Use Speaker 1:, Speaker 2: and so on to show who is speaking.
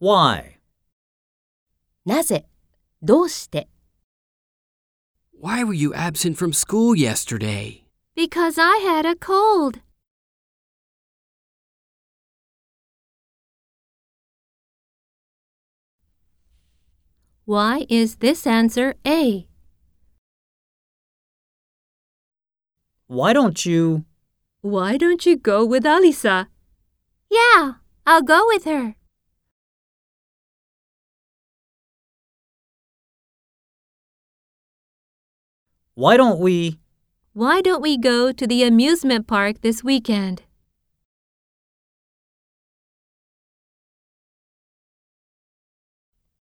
Speaker 1: Why?
Speaker 2: なぜ、どうして。
Speaker 3: Why were you absent from school yesterday?
Speaker 4: Because I had a cold.
Speaker 2: Why is this answer A?
Speaker 1: Why don't you?
Speaker 2: Why don't you go with Alisa?
Speaker 4: Yeah, I'll go with her.
Speaker 1: Why don't we?
Speaker 2: Why don't we go to the amusement park this weekend?